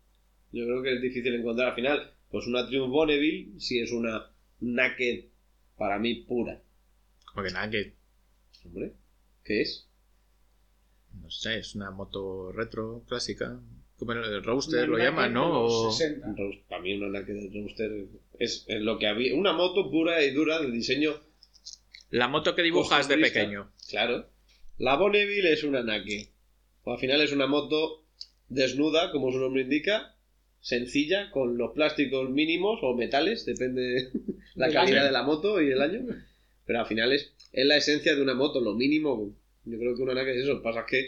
Yo creo que es difícil encontrar al final. Pues una Triumph Bonneville si es una naked para mí pura. Como que nada, que Hombre, ¿qué es? no sé, es una moto retro clásica. Como el roadster lo Una llaman, ¿no? Naked de los O- 60. Un roast- Para mí una naked roadster es, es lo que había. Una moto pura y dura de diseño. La moto que dibujas de Costumbrista. pequeño. Claro. La Bonneville es una naked. O al final es una moto desnuda, como su nombre indica, sencilla, con los plásticos mínimos o metales, depende la Del calidad año. de la moto y el año. Pero al final es, es la esencia de una moto, lo mínimo. Yo creo que una naked es eso. Pasa que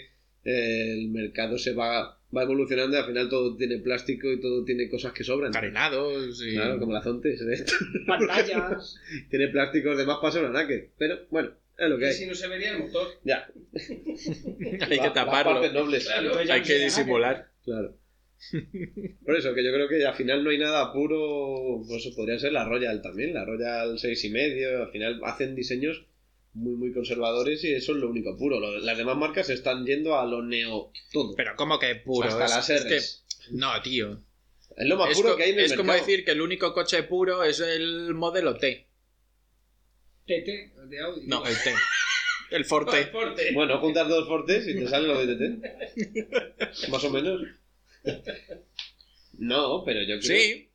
eh, el mercado se va, va evolucionando y al final todo tiene plástico y todo tiene cosas que sobran. Carenados y... Claro, como la Zontes. ¿eh? Pantallas. tiene plásticos de más para ser una naked. Pero bueno, es lo que Y hay. si no se vería el motor. Ya. Hay que Las taparlo. partes nobles. Claro. Hay que Naked. disimular. Claro. Por eso, que yo creo que al final no hay nada puro. Pues podría ser la Royal también, la Royal seis y medio. Al final hacen diseños muy, muy conservadores y eso es lo único puro. Lo- Las demás marcas están yendo a lo neo todo. Pero como que puro. hasta es- las es R's. que- No, tío. Es lo más es puro co- que hay en el es como mercado. decir que el único coche puro es el modelo T. TT, de Audi. No, el T. El Forte. Transporte. Bueno, juntas dos fortes y te sale lo de TT. Más o menos. No, pero yo creo... Sí.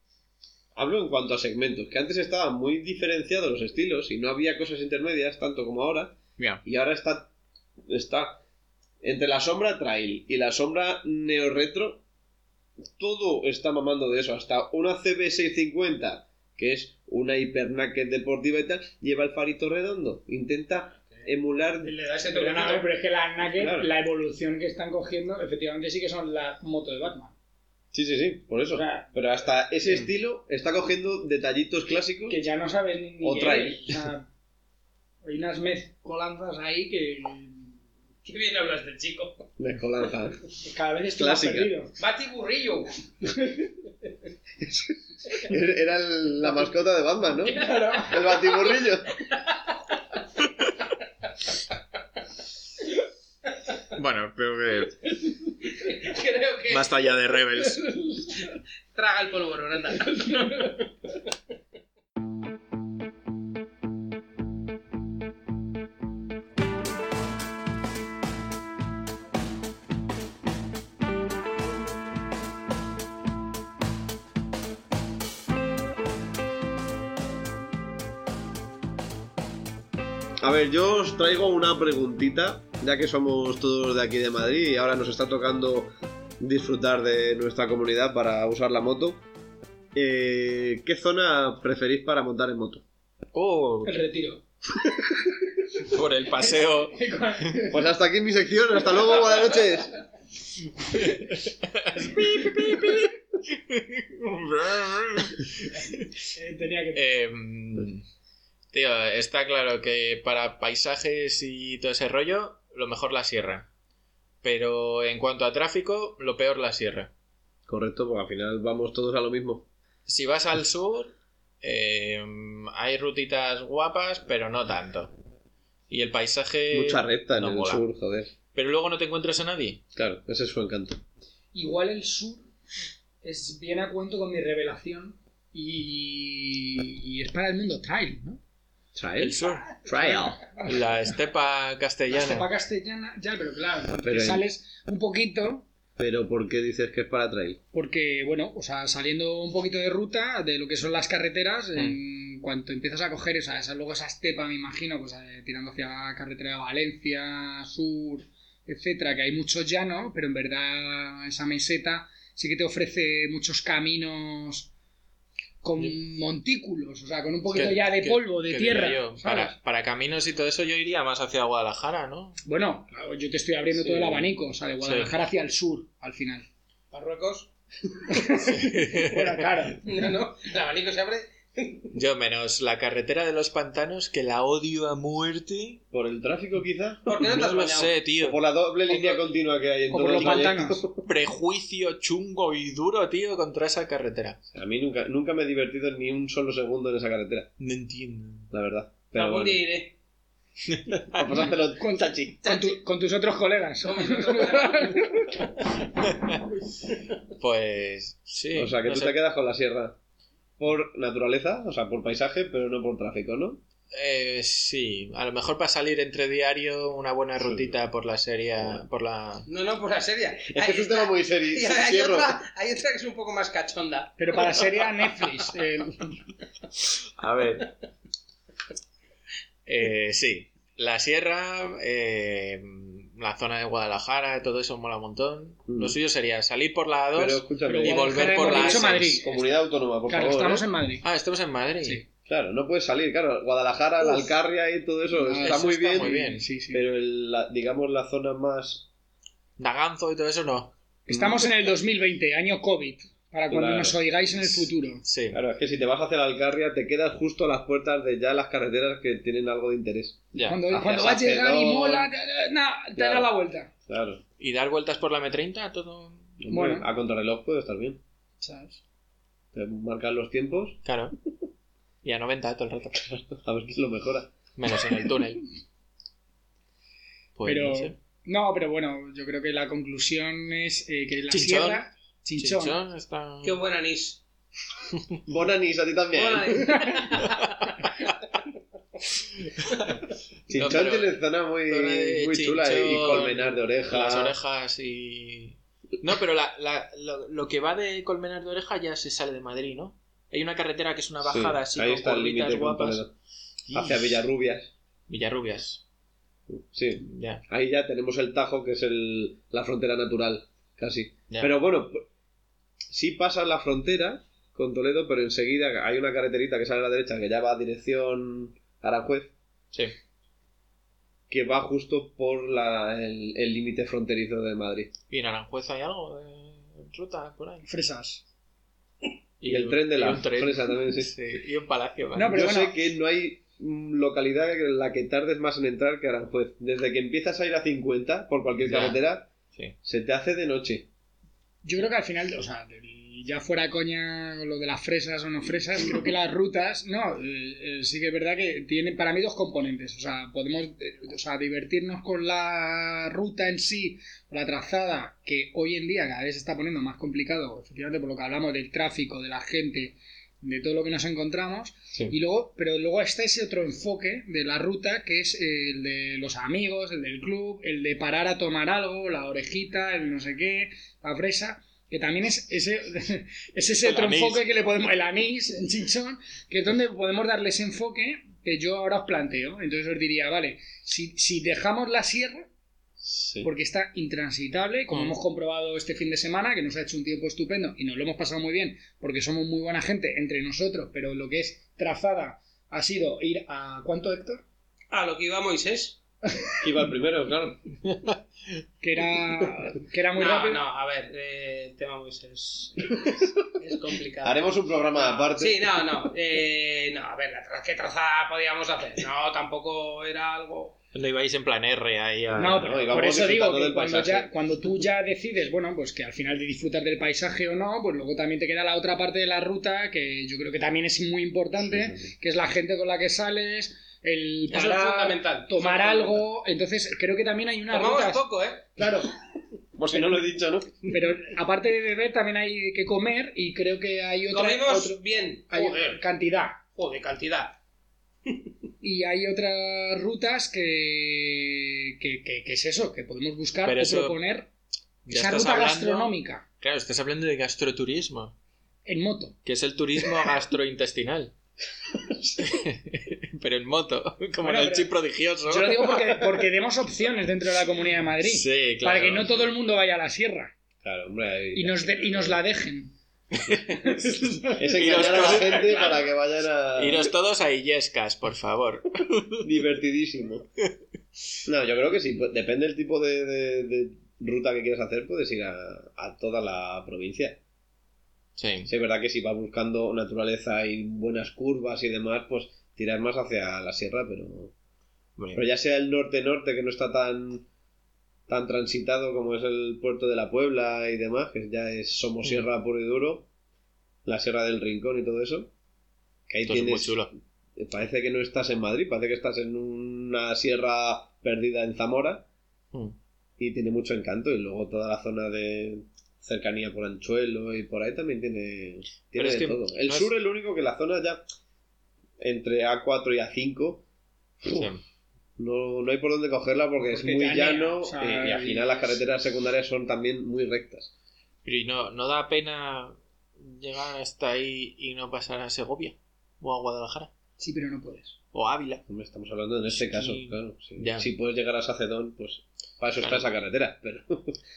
Hablo en cuanto a segmentos, que antes estaban muy diferenciados los estilos y no había cosas intermedias tanto como ahora. Mira, Y ahora está... Está... Entre la sombra trail y la sombra neo-retro, todo está mamando de eso. Hasta una CB650, que es una hipernacket deportiva y tal, lleva el farito redondo. Intenta emular Le da ese Pero, no, a ver, toquecito. pero es que las Naked, Claro. la evolución que están cogiendo, efectivamente sí que son la moto de Batman. Sí, sí, sí, por eso. O sea, eh. Pero hasta ese estilo está cogiendo detallitos clásicos. que ya no sabes ni, ni O qué trail. es. O sea, hay unas mezcolanzas ahí que Qué bien hablas del este chico. Mezcolanza. cada vez estoy más Clásica. perdido. Bati Burrillo. Era el- la mascota de Batman, ¿no? Claro. El batiburrillo. bueno, creo que Creo que basta ya de Rebels. traga el polvorón, anda. A ver, yo os traigo una preguntita, ya que somos todos de aquí de Madrid y ahora nos está tocando disfrutar de nuestra comunidad para usar la moto. Eh, ¿Qué zona preferís para montar en moto? Oh, El retiro. por el paseo. Pues hasta aquí mi sección, hasta luego, buenas noches. Eh, tenía que... Eh, tío, está claro que para paisajes y todo ese rollo, lo mejor la sierra. Pero en cuanto a tráfico, lo peor la sierra. Correcto, porque al final vamos todos a lo mismo. Si vas al sur, eh, hay rutitas guapas, pero no tanto. Y el paisaje... Mucha recta en Eh, no el mola. sur, joder. Pero luego no te encuentras a nadie. Claro, ese es su encanto. Igual el sur es bien a cuento con mi revelación y, y es para el mundo trail, ¿no? Trail. sur. Trial. La estepa La castellana. estepa castellana, ya, pero claro, Ah, pero te en- sales un poquito Pero ¿por qué dices que es para trail? Porque, bueno, o sea, saliendo un poquito de ruta de lo que son las carreteras, Mm. en cuanto empiezas a coger, o sea, esa, luego esa estepa, me imagino, pues eh, tirando hacia la carretera de Valencia, sur, etcétera, que hay mucho llano, pero en verdad esa meseta sí que te ofrece muchos caminos con montículos, o sea, con un poquito Que- ya de que- polvo, de que tierra. diría yo, ¿sabes? para, para caminos y todo eso yo iría más hacia Guadalajara, ¿no? Bueno, claro, yo te estoy abriendo Sí. todo el abanico, o sea, de Guadalajara hacia el sur, al final. Marruecos. Bueno, claro. No, no. El abanico se abre. Yo menos la carretera de los pantanos, que la odio a muerte. ¿Por el tráfico quizá? ¿Por qué no te No has lo bañado? sé, tío. Por la doble línea continua que hay en O todo por el los trayecto. pantanos. Prejuicio chungo y duro, tío, contra esa carretera. A mí nunca, nunca me he divertido ni un solo segundo en esa carretera, No entiendo. la verdad. Pero Algún bueno, pues día iré. a pasártelo con chachi. Con, tu- con tus otros colegas. Pues sí. o sea, que no tú sé. te quedas con la sierra por naturaleza, o sea, por paisaje, pero no por tráfico, ¿no? Eh, sí, a lo mejor para salir entre diario una buena rutita por la serie, por la... No, no, por la serie. Es que es un tema muy serio. Y hay, Sierro. otra, hay otra que es un poco más cachonda. Pero para serie a Netflix. eh, A ver. Eh, sí, la sierra, eh, la zona de Guadalajara, todo eso mola un montón. Mm. Lo suyo sería salir por la A2. Pero escúchame, Y Pero volver por hemos la dicho A6. Madrid. comunidad autónoma, por Claro, favor. estamos ¿eh? en Madrid. Ah, estamos en Madrid. Sí. Claro, no puedes salir, claro. Guadalajara, la Uf. Alcarria y todo eso No, está, eso muy, está bien, muy bien. Sí, sí. Pero el- la- digamos la zona más Daganzo y todo eso no. Estamos en el 2020, año COVID, para cuando Claro. nos oigáis en el futuro. Sí. Claro, es que si te vas hacia la Alcarria te quedas justo a las puertas de ya las carreteras que tienen algo de interés. ya. Cuando, Hacia cuando va a llegar y Sacerdón. mola, te- na, te Claro. da la vuelta. Claro. Y dar vueltas por la M30, todo. Hombre, Bueno. A contrarreloj puede estar bien. ¿sabes? Te marcan los tiempos Claro. Y a 90 todo el rato. a ver quién lo mejora. Menos en el túnel. Pues Pero- no sé. No, pero bueno, yo creo que la conclusión es eh, que la Chinchón. sierra... Chinchón. Chinchón está... Qué buen anís. eh. Bonanis, a ti también. Buen anís. Chinchón No, pero- tiene zona muy, zona de muy chula y- y chinchón, colmenar de oreja. Las orejas y... No, pero la- la- lo, lo que va de Colmenar de Oreja ya se sale de Madrid, ¿no? Hay una carretera que es una Sí, bajada así Ahí con está el curvitas límite con guapas. Toledo. Hacia Villarrubias. Villarrubias, Sí. ya. Ahí ya tenemos el Tajo, que es el, la frontera natural, casi. Ya. Pero bueno, p- sí pasa la frontera con Toledo, pero enseguida hay una carreterita que sale a la derecha que ya va a dirección Aranjuez, Sí. que va justo por la- el el límite fronterizo de Madrid. ¿Y en Aranjuez hay algo de ruta por ahí? Fresas. Y el tren de y la un tren. fresa también, sí. Sí, Y un palacio. ¿vale? No, pero Yo bueno. sé que no hay mm, localidad en la que tardes más en entrar que Aranjuez. Desde que empiezas a ir a 50 por cualquier Ya. carretera, Sí. se te hace de noche. Yo creo que al final, o sea, del- ya fuera coña con lo de las fresas o no fresas, creo que las rutas, no, eh, eh, sí que es verdad que tienen para mí dos componentes. O sea, podemos eh, o sea, divertirnos con la ruta en sí, con la trazada, que hoy en día cada vez se está poniendo más complicado, efectivamente por lo que hablamos del tráfico, de la gente, de todo lo que nos encontramos. Y luego, pero luego está ese otro enfoque de la ruta, que es eh, el de los amigos, el del club, el de parar a tomar algo, la orejita, el no sé qué, la fresa, que también es ese, es ese El otro anís. enfoque que le podemos, el anís, el chinchón, que es donde podemos darle ese enfoque que yo ahora os planteo. Entonces os diría, vale, si, si dejamos la sierra, Sí. porque está intransitable, como Mm. hemos comprobado este fin de semana, que nos ha hecho un tiempo estupendo y nos lo hemos pasado muy bien, porque somos muy buena gente entre nosotros, pero lo que es trazada ha sido ir a... ¿Cuánto, Héctor? A Ah, lo que iba Moisés. Iba el primero, claro. Que era, que era muy no, rápido. no, a ver, eh, el tema Moisés es, es complicado. Haremos un programa aparte. Sí, no, no. eh, no, a ver, la tra- ¿qué trazada podíamos hacer? No, tampoco era algo. No ibais en plan R ahí a... No, No, y pero vamos por eso digo disfrutando que del cuando, paisaje. ya, cuando tú ya decides, bueno, pues que al final de disfrutar del paisaje o no, pues luego también te queda la otra parte de la ruta que yo creo que también es muy importante, que es la gente con la que sales, el Eso es parar, fundamental. tomar Eso es algo. Entonces creo que también hay una Tomamos ruta. poco, ¿eh? Claro, Por si no lo he dicho, ¿no? pero aparte de beber también hay que comer y creo que hay otra Comimos otro- bien. hay Joder, cantidad. joder, cantidad. Y hay otras rutas que, que, que- que es eso, que podemos buscar Pero o eso- proponer Ya esa estás ruta hablando- gastronómica Claro, estás hablando de gastroturismo. en moto. que es el turismo gastrointestinal. pero en moto, como Bueno, en el pero- chip prodigioso. Yo lo digo porque, porque demos opciones dentro de la Comunidad de Madrid. Sí, claro. Para que no todo el mundo vaya a la sierra Claro, hombre. ahí- y nos, de- y nos la dejen. Es Y los engañar a la casos- gente para que vayan a... Iros todos a Illescas, por favor. Divertidísimo. No, yo creo que sí. pues, Depende del tipo de, de- de ruta que quieras hacer, puedes ir a, a toda la provincia. Sí. Sí, es verdad que si vas buscando naturaleza y buenas curvas y demás, pues tirar más hacia la sierra, pero... Hombre, Pero ya sea el norte-norte, que no está tan tan transitado como es el puerto de la Puebla y demás, que ya es somos sierra puro y duro, la sierra del Rincón y todo eso, que ahí esto es muy tienes... chulo. Parece que no estás en Madrid, parece que estás en una sierra perdida en Zamora Mm. y tiene mucho encanto y luego toda la zona de cercanía por Anchuelo y por ahí también tiene, tiene de es que todo. El no es- sur es lo único que la zona ya entre A4 y A5 Sí. no, no hay por dónde cogerla porque es Porque muy te anea, llano o sea, y, y al y- final las carreteras secundarias son también muy rectas. Pero ¿y no, no da pena llegar hasta ahí y no pasar a Segovia? ¿O a Guadalajara? Sí, pero no puedes. ¿O Ávila? Hombre, Estamos hablando en este caso, Sí. claro. Si, Ya. si puedes llegar a Sacedón, pues para eso está Claro. esa carretera. Pero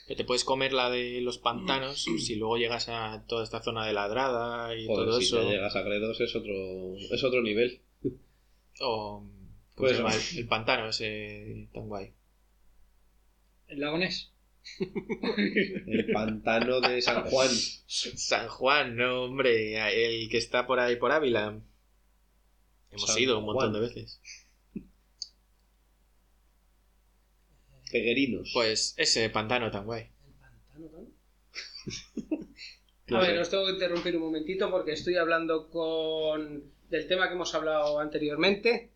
Que te puedes comer la de los pantanos si luego llegas a toda esta zona de ladrada y joder, todo si eso. ya llegas a Gredos es otro, es otro nivel. O... ¿cómo se Pues- llama? El, el pantano ese tan guay. El lagonés. El pantano de San Juan. San Juan, no, hombre, el que está por ahí por Ávila. Hemos San ido un montón Juan. de veces. Peguerinos. Pues ese pantano tan guay. A ver, os tengo que interrumpir un momentito porque estoy hablando con del tema que hemos hablado anteriormente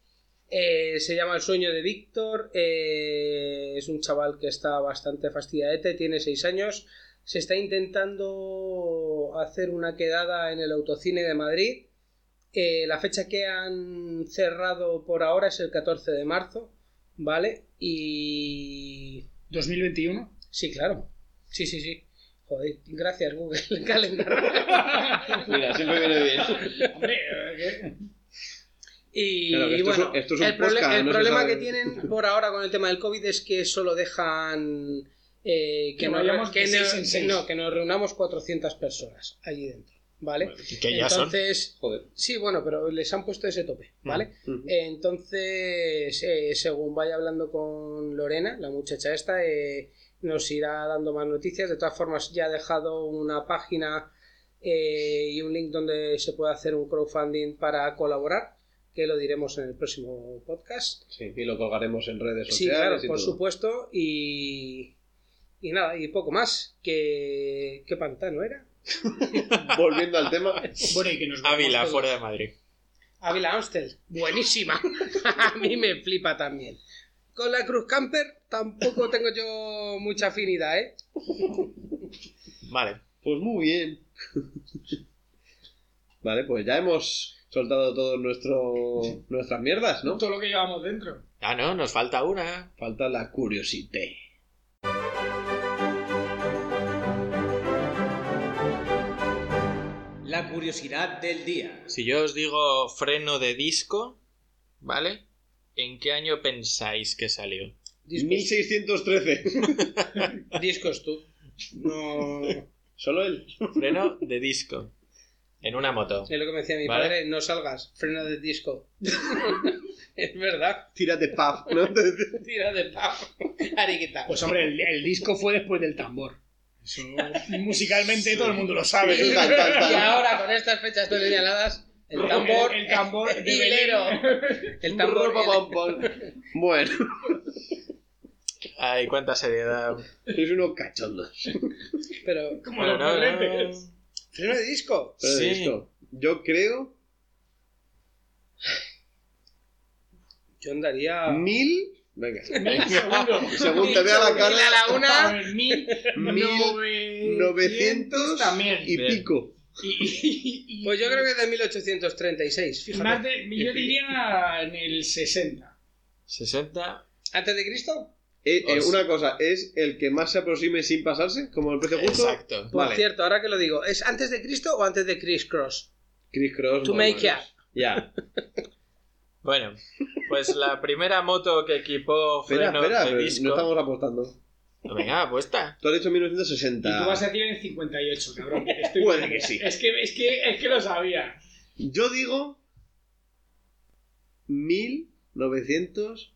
Eh, se llama El sueño de Víctor. eh, es un chaval que está bastante fastidiadete, tiene 6 años. Se está intentando hacer una quedada en el autocine de Madrid. Eh, la fecha que han cerrado por ahora es el 14 de marzo, ¿vale? Y 2021. Sí, claro. Sí, sí, sí. Joder, gracias Google Calendar. Mira, siempre viene bien. Hombre, eh, ¿qué? y Claro, que esto es bueno, un- esto es un el, proble- podcast, el no se problema sabe. que tienen por ahora con el tema del COVID es que solo dejan eh, Que nos- vayamos de que seis nos- en seis. no, que nos reunamos 400 personas allí dentro, ¿vale? Que ya son. Entonces, sí, bueno, pero les han puesto ese tope, ¿vale? Entonces, eh, según vaya hablando con Lorena, la muchacha esta, eh, nos irá dando más noticias. De todas formas, ya ha dejado una página eh, y un link donde se puede hacer un crowdfunding para colaborar, que lo diremos en el próximo podcast. Sí, y lo colgaremos en redes Sí, sociales. claro, y por todo. supuesto. Y, y nada, y poco más. Que, ¿Qué pantano era? Volviendo al tema. Bueno, y que nos vamos Ávila, todos. fuera de Madrid. Ávila Amstel, buenísima. A mí me flipa también. Con la Cruz Camper tampoco tengo yo mucha afinidad, ¿eh? Vale. Pues muy bien. vale, pues ya hemos soltado todos nuestro nuestras mierdas, ¿no? Todo lo que llevamos dentro. Ah, no, nos falta una. Falta la curiosidad. La curiosidad del día. Si yo os digo freno de disco, ¿vale? ¿En qué año pensáis que salió? Discos, 1613. discos tú. No. Es Solo él. Freno de disco. En una moto. lo que me decía mi Vale. padre: no salgas, freno de disco. es verdad, Tírate paf, ¿no? tira de pavo. Ariquita. Pues hombre, el, el disco fue después del tambor. Eso musicalmente todo el mundo lo sabe. Eso es tan, tan, tan. Y ahora, con estas fechas tan señaladas, el tambor. El, el tambor eh, de Hilero. Belén. El tambor. Pom, pom, pom. Bueno, Ay, cuánta seriedad. sois unos cachondos. Pero. Como Bueno, los no, no, moletes. no. ¿Freno de disco? Pero Sí. listo. Yo creo Yo andaría. Mm. mil. Venga. Segundo. Según te vea la Ah. Mil a cara, la A una. ver, mil Mil novecientos también. y pico. Y- y- y- Pues yo creo que es de 1836, y más fíjate. de, yo diría en el 60. 60. ¿Antes de Cristo? Eh, eh, Os- una cosa, ¿es el que más se aproxime sin pasarse? Como el precio justo. Exacto. Por Vale. cierto, ahora que lo digo, ¿es antes de Cristo o antes de Chris Cross? Chris Cross. To más o make menos. up. Ya. Bueno, pues la primera moto que equipó Espera, freno espera, de pero disco. no estamos apostando. Venga, apuesta. Tú has dicho Y tú Ah. 1960. vas a decir en el 58, cabrón. Estoy- Puede que sí. Es que, es, que, es que lo sabía. Yo digo 1967.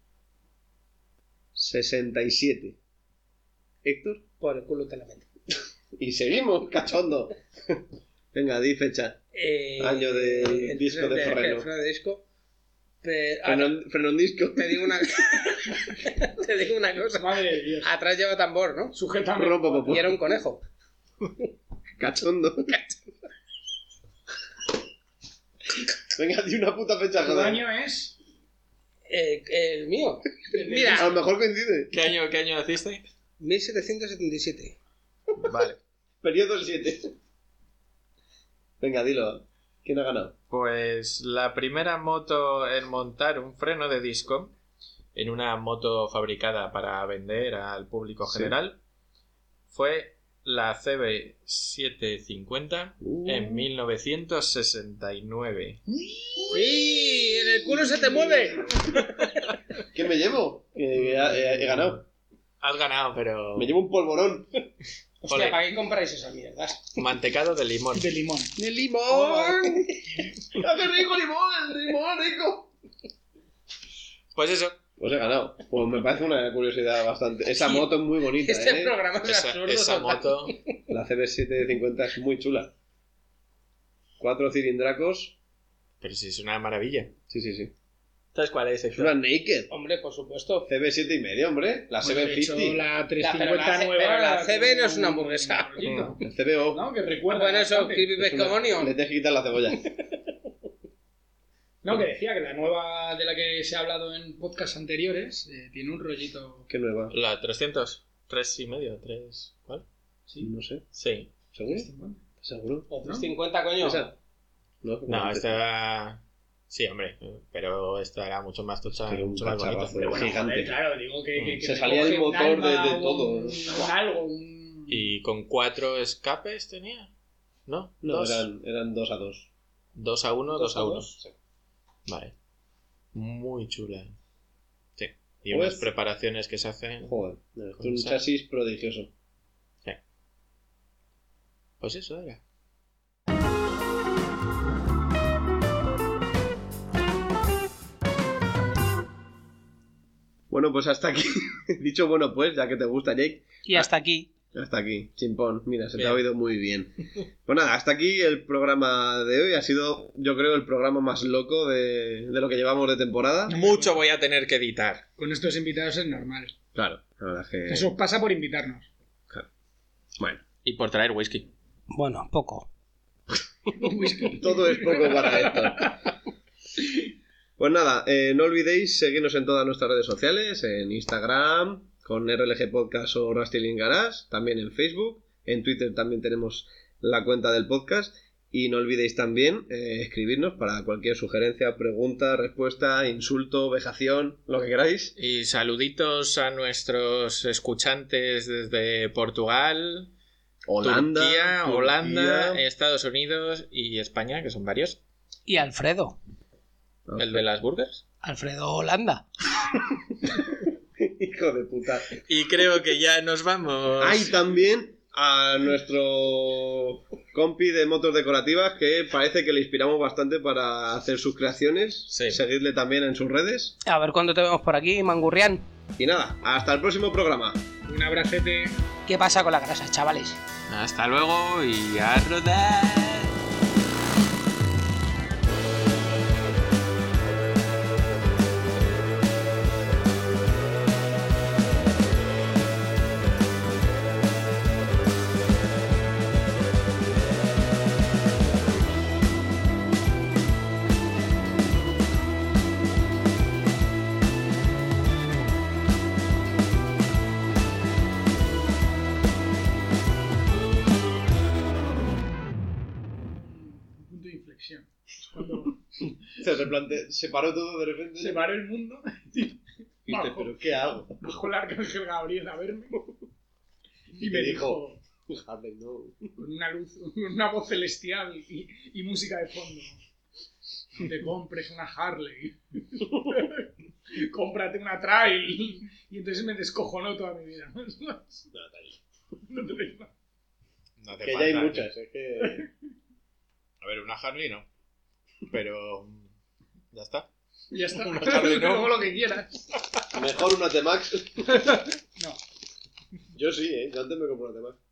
Héctor. Por el culo te la meto. Y seguimos, cachondo. Venga, di fecha. Eh, Año del Ah, disco freno de Ferrero. el freno de Ah, disco. Pero, ahora, Frenón, frenón disco. te digo una te digo una cosa. Madre de Dios. Atrás lleva tambor, ¿no? Sujétame. Rompo, popo. Y era un conejo. Cachondo. Venga, di una puta fecha, Tu joder. año es. Eh, el mío. A Mira, lo mejor coincide. ¿Qué año, qué año naciste? 1777. Vale. Periodo 7. Venga, dilo. ¿Quién ha ganado? Pues la primera moto en montar un freno de disco en una moto fabricada para vender al público Sí. general fue la CB750 Uh. en 1969. ¡Sí! ¡En el culo se te mueve! ¿Qué me llevo? Que ha- he, he ganado. Has ganado, pero Me llevo un polvorón. Hostia, Ole. ¿para qué compráis esa mierda? mantecado de limón. De limón. ¡De limón! ¡Ah, ¡Qué rico limón! ¡Limón rico! Pues eso, Pues he ganado. Pues me parece una curiosidad bastante. Esa moto es muy bonita, Este ¿eh? programa es esa, absurdo. esa total. moto La CB750 es muy chula. Cuatro cilindracos. Pero si es una maravilla. Sí, sí, sí. ¿Sabes cuál es? Es una naked. Hombre, por supuesto. CB7 y medio, hombre. La Pues, de hecho, CB50. La pero la 350 C- nueva. pero la CB no es una con- hamburguesa. No, El CBO. que recuerda. Bueno, eso, bastante. Creepy Es Bacon una- Onion. Le tienes que quitar la cebolla. No, que decía que la nueva de la que se ha hablado en podcasts anteriores eh, tiene un rollito. ¿Qué nueva? La 300. Tres y medio, tres. ¿Cuál? No sé. Sí. ¿Seguro? ¿Seguro? O 350, coño. Esa. No, este No, esta. Sí, hombre. Pero esta era mucho más tocha. Pero un mucho más bonita. cacharrazo. Pero bueno. Gigante. joder, claro, digo Mm. que. que- que Se te salía el coge un motor alma, de- de un- todo. un algo, un. ¿Y con cuatro escapes tenía? ¿No? No, dos. eran, eran dos a dos. Dos a uno, dos, a uno. dos. Vale. Muy chula. Sí. Y Pues- unas preparaciones que se hacen. Joder, no, esto es Con un esa- chasis prodigioso. Pues eso era. Bueno, pues hasta aquí. Dicho bueno, pues, ya que te gusta, Jake, Y hasta aquí. hasta aquí. Chimpón, mira, se te Bien. ha oído muy bien. Pues nada, hasta aquí el programa de hoy. Ha sido, yo creo, el programa más loco de, de lo que llevamos de temporada. Mucho voy a tener que editar. Con estos invitados es normal. Claro, la verdad es que. Eso pasa por invitarnos. Bueno, Y por traer whisky. Bueno, poco. Whisky. todo es poco para esto. Pues nada, eh, no olvidéis seguirnos en todas nuestras redes sociales, en Instagram, con RLG Podcast o Rastilin Garage, también en Facebook, en Twitter también tenemos la cuenta del podcast y no olvidéis también eh, escribirnos para cualquier sugerencia, pregunta, respuesta, insulto, vejación, lo que queráis. Y saluditos a nuestros escuchantes desde Portugal, Holanda, Turquía, Holanda, Turquía. Estados Unidos y España, que son varios. Y Alfredo. El de las burgers. Alfredo Holanda. Hijo de puta. Y creo que ya nos vamos. Hay también a nuestro compi de motos decorativas que parece que le inspiramos bastante para hacer sus creaciones. Sí. Seguidle también en sus redes. A ver cuándo te vemos por aquí, Mangurrián. Y nada, hasta el próximo programa. Un abracete. ¿Qué pasa con la grasa, chavales? Hasta luego y a rodar. Un punto de inflexión. Es cuando Se replante... se paró todo de repente. se paró el mundo. Y dijiste, Bajo. pero ¿qué hago? Bajó el arcángel Gabriel a verme. Y me Te dijo, dijo. Fíjate, no. con una luz, una voz celestial y, y música de fondo. No Te compres una Harley. Cómprate una trail. Y entonces me descojonó toda mi vida. No, te digo. No hace Que ya falta, hay ¿eh? muchas, es que. A ver, una Harley no. Pero. mm, Ya está. Ya está. Una Harley, ¿no? Luego lo que quieras. Mejor una T-Max. No. Yo sí, ¿eh? Yo antes me compré una T-Max.